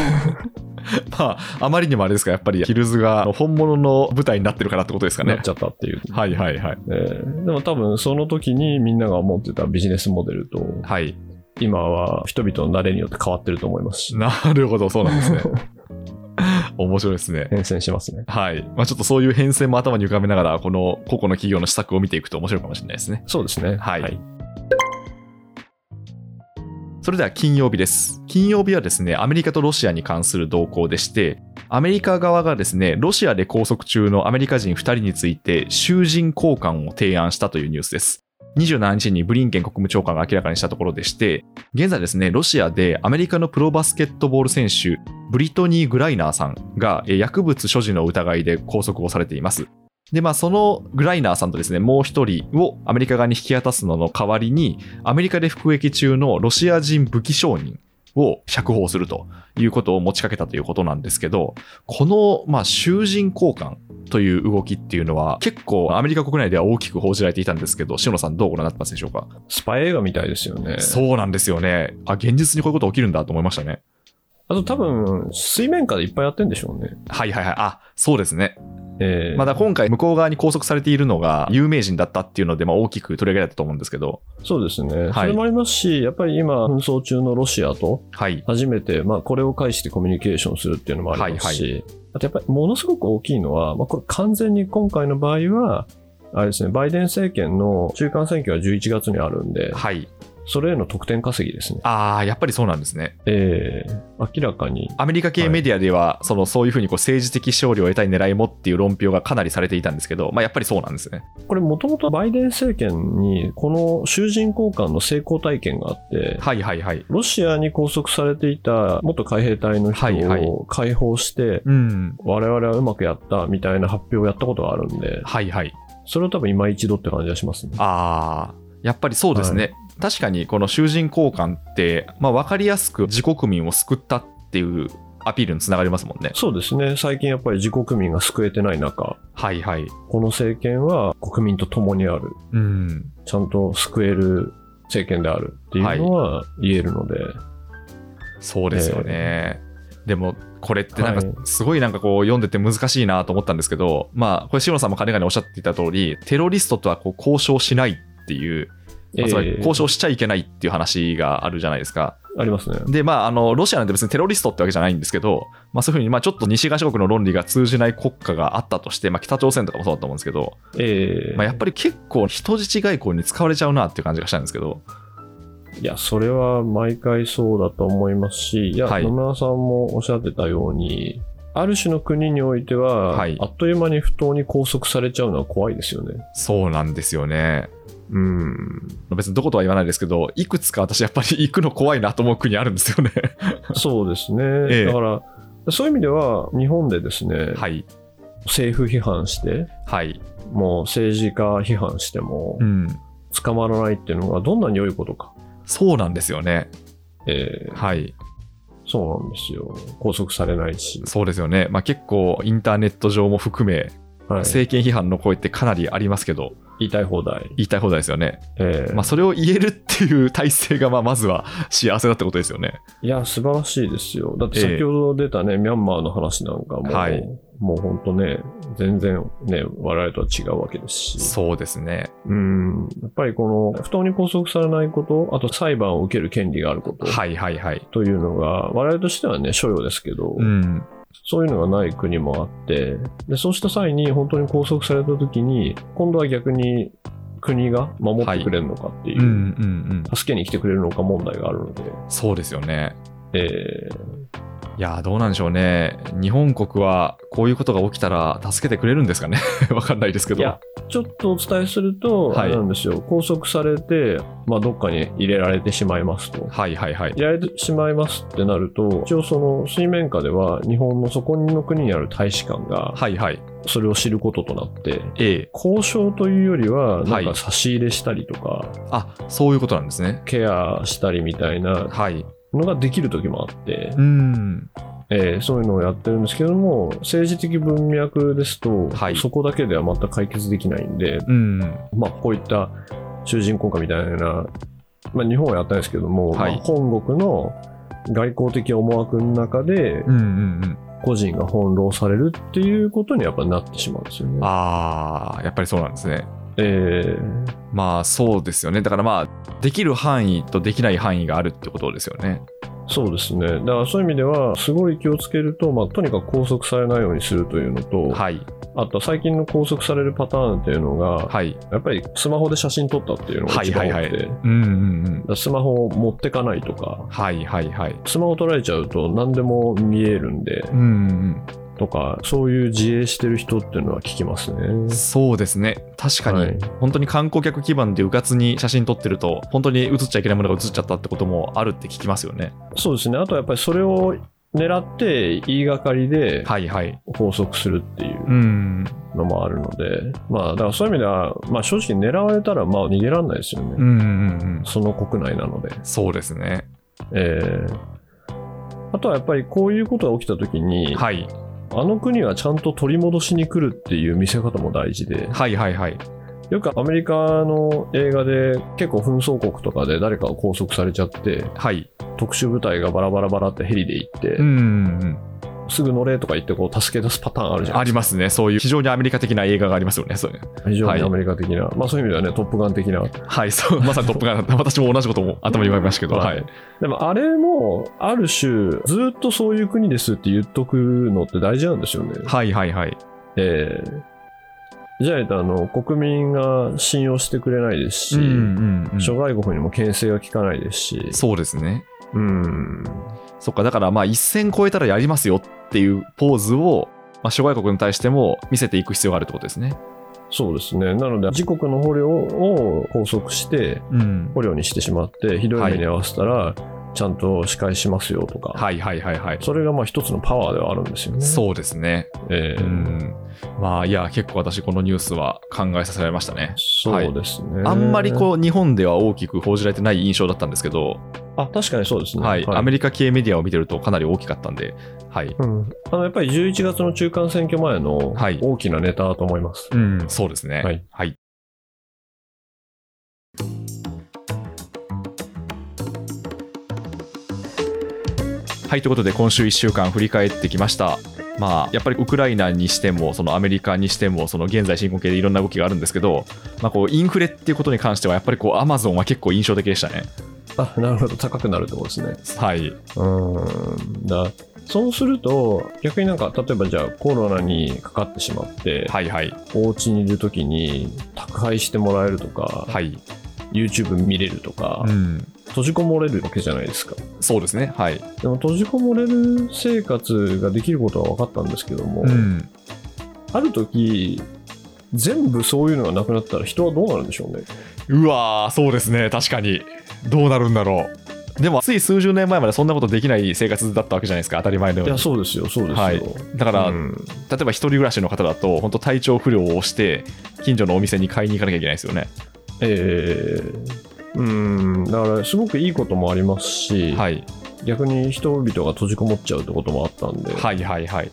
Speaker 2: まあ、あまりにもあれですか、やっぱりヒルズがあの本物の舞台になってるからってことですか
Speaker 3: なっ
Speaker 2: ね
Speaker 3: ち。ゃったっていう、
Speaker 2: はいはいはい。
Speaker 3: えーでも多分その時にみんなが思ってたビジネスモデルと
Speaker 2: はい。
Speaker 3: 今は人々の慣れによって変わってると思いますし
Speaker 2: なるほど、そうなんですね。 面白いですね。
Speaker 3: 変遷しますね
Speaker 2: はい。まあ、ちょっとそういう変遷も頭に浮かべながら、この個々の企業の施策を見ていくと面白いかもしれないですね。
Speaker 3: そうですね。
Speaker 2: はいそれでは金曜日です。金曜日はですね、アメリカとロシアに関する動向でして、アメリカ側がですね、ロシアで拘束中のアメリカ人2人について囚人交換を提案したというニュースです。27日にブリンケン国務長官が明らかにしたところでして、現在ですね、ロシアでアメリカのプロバスケットボール選手、ブリトニー・グライナーさんがえー薬物所持の疑いで拘束をされています。で、まあ、そのグライナーさんとですね、もう一人をアメリカ側に引き渡すのの代わりに、アメリカで服役中のロシア人武器商人を釈放するということを持ちかけたということなんですけど、この、まあ、囚人交換という動きっていうのは、結構アメリカ国内では大きく報じられていたんですけど、塩野さん、どうご覧になってますでしょうか。
Speaker 3: スパイ映画みたいですよね。
Speaker 2: そうなんですよね。あ、現実にこういうこと起きるんだと思いましたね。
Speaker 3: あと多分、水面下でいっぱいやってんでしょうね。
Speaker 2: はいはいはい。あ、そうですね。
Speaker 3: えー
Speaker 2: まだ今回、向こう側に拘束されているのが有名人だったっていうので、まあ、大きく取り上げられたと思うんですけど、
Speaker 3: そうですね、
Speaker 2: い
Speaker 3: それもありますし、やっぱり今、紛争中のロシアと
Speaker 2: はい。
Speaker 3: 初めて、まあ、これを介してコミュニケーションするっていうのもありますし、あとやっぱりものすごく大きいのは、まあ、これ完全に今回の場合は、あれですね、バイデン政権の中間選挙は11月にあるんで、
Speaker 2: はい。
Speaker 3: それへの得点稼ぎですね。
Speaker 2: ああ、やっぱりそうなんですね。
Speaker 3: えー明らかに。
Speaker 2: アメリカ系メディアでは、そのそういうふうにこう政治的勝利を得たい狙いもっていう論評がかなりされていたんですけど、まあ、やっぱりそうなんですね。
Speaker 3: これもともとバイデン政権に、この囚人交換の成功体験があって、
Speaker 2: はいはいはい。
Speaker 3: ロシアに拘束されていた元海兵隊の人
Speaker 2: はいはい
Speaker 3: を解放して、
Speaker 2: うん。
Speaker 3: 我々はうまくやったみたいな発表をやったことがあるんで、
Speaker 2: はいはい。
Speaker 3: それは多分今一度って感じがしますね。
Speaker 2: ああ、やっぱりそうですね。確かにこの囚人交換って、まあ、分かりやすく自国民を救ったっていうアピールにつながりますもんね。
Speaker 3: そうですね。最近やっぱり自国民が救えてない中、
Speaker 2: はいはい。
Speaker 3: この政権は国民と共にある。
Speaker 2: うん。
Speaker 3: ちゃんと救える政権であるっていうのは言えるので、
Speaker 2: そうですよね。でも、これってなん
Speaker 3: はい
Speaker 2: か、すごいなんかこう、読んでて難しいなと思ったんですけど、まあ、これ、塩野さんも金がねおっしゃっていた通り、テロリストとはこう交渉しないっていう、まあつまり
Speaker 3: ええ
Speaker 2: 交渉しちゃいけないっていう話があるじゃないですか。
Speaker 3: ありますね。
Speaker 2: で、まあ、あの、ロシアなんて別にテロリストってわけじゃないんですけど、まあ、そういうふうに、まあ、ちょっと西側諸国の論理が通じない国家があったとして、まあ、北朝鮮とかもそうだと思うんですけど、
Speaker 3: ええ
Speaker 2: まあ、やっぱり結構人質外交に使われちゃうなっていう感じがしたんですけど、
Speaker 3: いや、それは毎回そうだと思いますし、いや、
Speaker 2: はい
Speaker 3: 野村さんもおっしゃってたように、ある種の国においては、
Speaker 2: はい
Speaker 3: あっという間に不当に拘束されちゃうのは怖いですよね。
Speaker 2: そうなんですよね。
Speaker 3: うん。
Speaker 2: 別にどことは言わないですけど、いくつか私やっぱり行くの怖いなと思う国あるんですよね。
Speaker 3: そうですね。
Speaker 2: ええ
Speaker 3: だから、そういう意味では、日本でですね、
Speaker 2: はい。
Speaker 3: 政府批判して、
Speaker 2: はい。
Speaker 3: もう政治家批判しても
Speaker 2: う、ん。
Speaker 3: 捕まらないっていうのがどんなに良いことか。
Speaker 2: そうなんですよね。
Speaker 3: ええ
Speaker 2: はい。
Speaker 3: そうなんですよ。拘束されないし。
Speaker 2: そうですよね。まあ結構インターネット上も含め、
Speaker 3: はい、
Speaker 2: 政権批判の声ってかなりありますけど、
Speaker 3: 言いたい放題。
Speaker 2: 言いたい放題ですよね。
Speaker 3: ええ
Speaker 2: まあそれを言えるっていう体制が、まあまずは幸せだってことですよね。
Speaker 3: いや、素晴らしいですよ。だって
Speaker 2: ええ
Speaker 3: 先ほど出たね、ミャンマーの話なんかも、
Speaker 2: はい
Speaker 3: もう本当ね、全然ね、我々とは違うわけですし、
Speaker 2: そうですね。
Speaker 3: うん、やっぱりこの、不当に拘束されないこと、あと裁判を受ける権利があること、
Speaker 2: はいはいはい。
Speaker 3: というのが、我々としてはね、所要ですけど、
Speaker 2: うん。
Speaker 3: そういうのがない国もあって、で、そうした際に本当に拘束された時に、今度は逆に国が守ってくれるのかってい
Speaker 2: う
Speaker 3: う、
Speaker 2: んうんうん。
Speaker 3: 助けに来てくれるのか問題があるので、
Speaker 2: そうですよね。
Speaker 3: えー
Speaker 2: いやー、どうなんでしょうね。日本国はこういうことが起きたら助けてくれるんですかね。 わかんないですけ
Speaker 3: いや
Speaker 2: ど。
Speaker 3: ちょっとお伝えすると、
Speaker 2: はい
Speaker 3: あれなんですよ、拘束されて、まあ、どっかに入れられてしまいますと。
Speaker 2: はいはいはい。
Speaker 3: 入れられてしまいますってなると、一応その水面下では日本のそこの国にある大使館が
Speaker 2: はいはい。
Speaker 3: それを知ることとなって、
Speaker 2: ええ。
Speaker 3: 交渉というよりは、な
Speaker 2: は
Speaker 3: ん
Speaker 2: い
Speaker 3: か差し入れしたりとか、
Speaker 2: あ、そういうことなんですね。
Speaker 3: ケアしたりみたいな
Speaker 2: はい。
Speaker 3: のができる時もあって、
Speaker 2: うん。
Speaker 3: えーそういうのをやってるんですけども、政治的文脈ですと、
Speaker 2: はい
Speaker 3: そこだけでは全く解決できないんで、
Speaker 2: うん。
Speaker 3: まあ、こういった囚人国家みたいな、まあ、日本はやったんですけども、
Speaker 2: はい
Speaker 3: まあ本国の外交的思惑の中で
Speaker 2: うんうんうん。
Speaker 3: 個人が翻弄されるっていうことにやっぱなってしまうんですよね。
Speaker 2: あー、やっぱりそうなんですね。
Speaker 3: え
Speaker 2: まあそうですよね。だからまあ、できる範囲とできない範囲があるってことですよね。
Speaker 3: ーそうですね。だからそういう意味では、すごい気をつけると、まあ、とにかく拘束されないようにするというのと、
Speaker 2: はい。
Speaker 3: あとは最近の拘束されるパターンっていうのが、
Speaker 2: はい。
Speaker 3: やっぱりスマホで写真撮ったっていうのが一番多くて、
Speaker 2: はいはいはい
Speaker 3: だか
Speaker 2: うんうんうん。
Speaker 3: らスマホを持ってかないとか、
Speaker 2: はいはいはい。
Speaker 3: スマホ取られちゃうと何でも見えるんで、
Speaker 2: うんうん
Speaker 3: とか、そういう自衛してる人っていうのは聞きますね。
Speaker 2: うん。そうですね。確かに、
Speaker 3: はい
Speaker 2: 本当に観光客基盤でうかつに写真撮ってると、本当に写っちゃいけないものが写っちゃったってこともあるって聞きますよね。
Speaker 3: そうですね。あとやっぱりそれを狙って言いがかりで
Speaker 2: はいはい。
Speaker 3: 拘束するっていう
Speaker 2: うん。
Speaker 3: のもあるので、まあだからそういう意味では、まあ正直狙われたらまあ逃げられないですよね。
Speaker 2: うんうんうん。
Speaker 3: その国内なので。
Speaker 2: そうですね。
Speaker 3: えーあとはやっぱりこういうことが起きた時に、
Speaker 2: はい。
Speaker 3: あの国はちゃんと取り戻しに来るっていう見せ方も大事で、
Speaker 2: はいはいはい。
Speaker 3: よくアメリカの映画で結構紛争国とかで誰かが拘束されちゃって、
Speaker 2: はい。
Speaker 3: 特殊部隊がバラバラバラってヘリで行って、
Speaker 2: うんうんうん。
Speaker 3: すぐ乗れとか言ってこう助け出すパターンあるじゃな
Speaker 2: あ
Speaker 3: いで
Speaker 2: り
Speaker 3: すか。
Speaker 2: ますね。そういう非常にアメリカ的な映画がありますよね。そうね
Speaker 3: 非常
Speaker 2: はい
Speaker 3: にアメリカ的な、まあそういう意味ではね、トップガン的な。
Speaker 2: はい、そう、 まさにトップガンだった。私も同じことも頭に思いましたけど、はい。
Speaker 3: でもあれも、ある種、ずっとそういう国ですって言っとくのって大事なんですよね。
Speaker 2: はいはいはい。
Speaker 3: えーじゃないとあの国民が信用してくれないですし、
Speaker 2: うんうん
Speaker 3: 諸外国にも牽制が効かないですし、
Speaker 2: そうですね。
Speaker 3: うん、
Speaker 2: そっか、だからまあ一線超えたらやりますよっていうポーズを、まあ、諸外国に対しても見せていく必要があるってことですね。
Speaker 3: そうですね、なので、自国の捕虜を拘束して、
Speaker 2: うん
Speaker 3: 捕虜にしてしまって、ひどい目に遭わせたら、ちゃんと司会しますよとか、
Speaker 2: はいはいはいはい。
Speaker 3: それがまあ一つのパワーではあるんですよね。
Speaker 2: そうですね。
Speaker 3: え
Speaker 2: う
Speaker 3: ー
Speaker 2: ん。まあ、いや、結構私、このニュースは考えさせられましたね。
Speaker 3: そうですね。
Speaker 2: あんまりこう、日本では大きく報じられてない印象だったんですけど、
Speaker 3: あ確かにそうですね。
Speaker 2: はい、アメリカ系メディアを見てるとかなり大きかったんで、はい。
Speaker 3: うん、あのやっぱり11月の中間選挙前の
Speaker 2: はい
Speaker 3: 大きなネタだと思います。
Speaker 2: うん、そうですね。
Speaker 3: はい。
Speaker 2: はい。はい、ということで、今週1週間振り返ってきました。まあ、やっぱりウクライナにしても、そのアメリカにしても、その現在進行形でいろんな動きがあるんですけど、まあ、こうインフレっていうことに関しては、やっぱりこうアマゾンは結構印象的でしたね。
Speaker 3: あなるほど、高くなるってことですね。
Speaker 2: はい。
Speaker 3: うんだそうすると、逆になんか、例えばじゃあコロナにかかってしまって、
Speaker 2: はいはい。
Speaker 3: お家にいるときに宅配してもらえるとか、
Speaker 2: はい。
Speaker 3: YouTube 見れるとか、
Speaker 2: うん。
Speaker 3: 閉じこもれるわけじゃないですか。
Speaker 2: そうですね。はい。
Speaker 3: でも閉じこもれる生活ができることは分かったんですけども、
Speaker 2: ん。
Speaker 3: ある時全部そういうのがなくなったら人はどうなるんでしょうね。
Speaker 2: うわー、そうですね、確かに。どうなるんだろう。でも、つい数十年前までそんなことできない生活だったわけじゃないですか、当たり前のよ
Speaker 3: いうや、
Speaker 2: に。
Speaker 3: そうですよ、そうですよ。
Speaker 2: はいだから、
Speaker 3: うん
Speaker 2: 例えば一人暮らしの方だと、本当、体調不良をして、近所のお店に買いに行かなきゃいけないですよね。
Speaker 3: えーうん、だからすごくいいこともありますし、
Speaker 2: はい、
Speaker 3: 逆に人々が閉じこもっちゃうってこともあったんで、
Speaker 2: はい、はい、はい。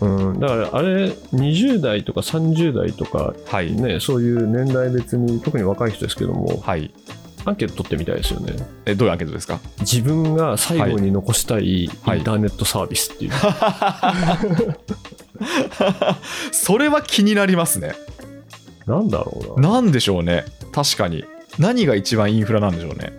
Speaker 3: うん、だからあれ、20代とか30代とか、
Speaker 2: はい、
Speaker 3: ね、そういう年代別に、特に若い人ですけども、
Speaker 2: はい。
Speaker 3: アンケート取ってみたいですよね。
Speaker 2: え、どういうアンケートですか
Speaker 3: 自分が最後に残したいインタ
Speaker 2: はい
Speaker 3: ーネットサービスっていう、
Speaker 2: それは気になりますね。
Speaker 3: なんだろうな、
Speaker 2: なんでしょうね、確かに。何が一番インフラなんでしょうね。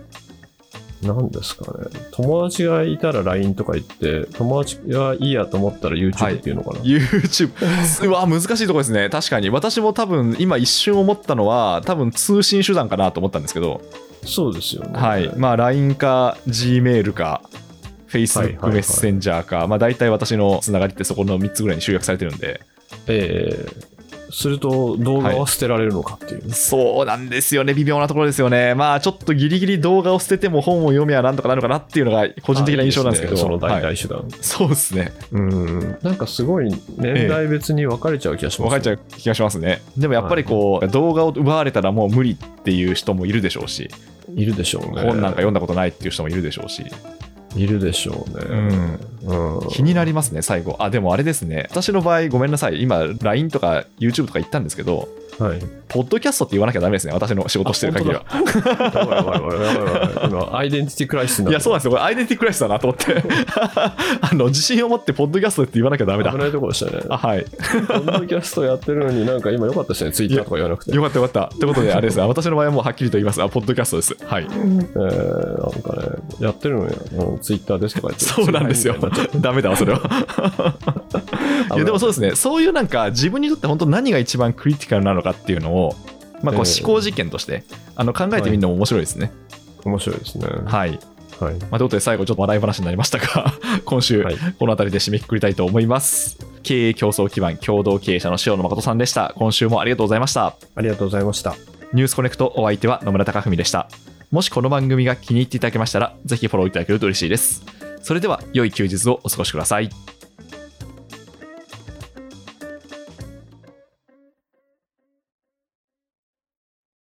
Speaker 3: なんですかね、友達がいたら LINE とか言って、友達がいいやと思ったら
Speaker 2: はい
Speaker 3: YouTube っていうのかな。
Speaker 2: YouTube うわ難しいとこですね確かに私も多分今一瞬思ったのは多分通信手段かなと思ったんですけど
Speaker 3: そうですよね。
Speaker 2: はいまあ LINE か Gmail か
Speaker 3: はいはい
Speaker 2: Facebook
Speaker 3: はい
Speaker 2: メッセンジャーか、まあ大体私のつながりってそこの3つぐらいに集約されてるんで
Speaker 3: えーすると動画は捨てられるのかっていう、
Speaker 2: そうなんですよね微妙なところですよねまあちょっとギリギリ動画を捨てても本を読めばなんとかなるのかなっていうのが個人的な印象なんですけど
Speaker 3: あいいねその代
Speaker 2: はい
Speaker 3: 々手段、
Speaker 2: そうですね
Speaker 3: うんなんかすごい年代別に分かれちゃう気がしま
Speaker 2: 分
Speaker 3: す、
Speaker 2: かっちゃう気がしますねでもやっぱりこう、動画を奪われたらもう無理っていう人もいるでしょうし
Speaker 3: いるでしょうね
Speaker 2: 本なんか読んだことないっていう人もいるでしょうし、
Speaker 3: いるでしょうねうん、
Speaker 2: 気になりますね、最後。あ、でもあれですね、私の場合、ごめんなさい、今、LINE とか YouTube とか言ったんですけど、
Speaker 3: はい
Speaker 2: ポッドキャストって言わなきゃダメですね、私の仕事してる限りは。
Speaker 3: やばいやばいやばいやばいやばい今アイデンティティクライシス
Speaker 2: い
Speaker 3: にな
Speaker 2: や、
Speaker 3: って
Speaker 2: そうなんですよ、これ、アイデンティティクライシスだなと思って、 あの自信を持って、ポッドキャストって言わなきゃダメだ
Speaker 3: 危。ないところでしたね
Speaker 2: あはい、
Speaker 3: ポッドキャストやってるのになんか今良かったですねツイッターとか言わなくて、
Speaker 2: よかったよかった。ということで、あれですね、私の場合はもうはっきりと言います。あ、ポッドキャストです。はい。
Speaker 3: えーなんかねやってるのに、うん、ツイッターですとか言って
Speaker 2: そうなん ですよ
Speaker 3: ツイッターみたい
Speaker 2: ダメだわ、
Speaker 3: になっちゃっ。
Speaker 2: それは。
Speaker 3: た
Speaker 2: いやでもそうですね、そういうなんか自分にとって本当何が一番クリティカルなのかっていうのを、まあ、こう
Speaker 3: ええ
Speaker 2: 思考実験として、あの考えてみるのも面白いですね。
Speaker 3: 面白いですね
Speaker 2: はい。
Speaker 3: は
Speaker 2: まあ、
Speaker 3: い
Speaker 2: ということで最後ちょっと笑い話になりましたが、 今週
Speaker 3: はい
Speaker 2: この辺りで締めくくりたいと思います。経営競争基盤共同経営者の塩野誠さんでした。今週もありがとうございました。
Speaker 3: ありがとうございました。
Speaker 2: ニュースコネクトお相手は野村貴文でした。もしこの番組が気に入っていただけましたら、ぜひフォローいただけると嬉しいです。それでは良い休日をお過ごしください。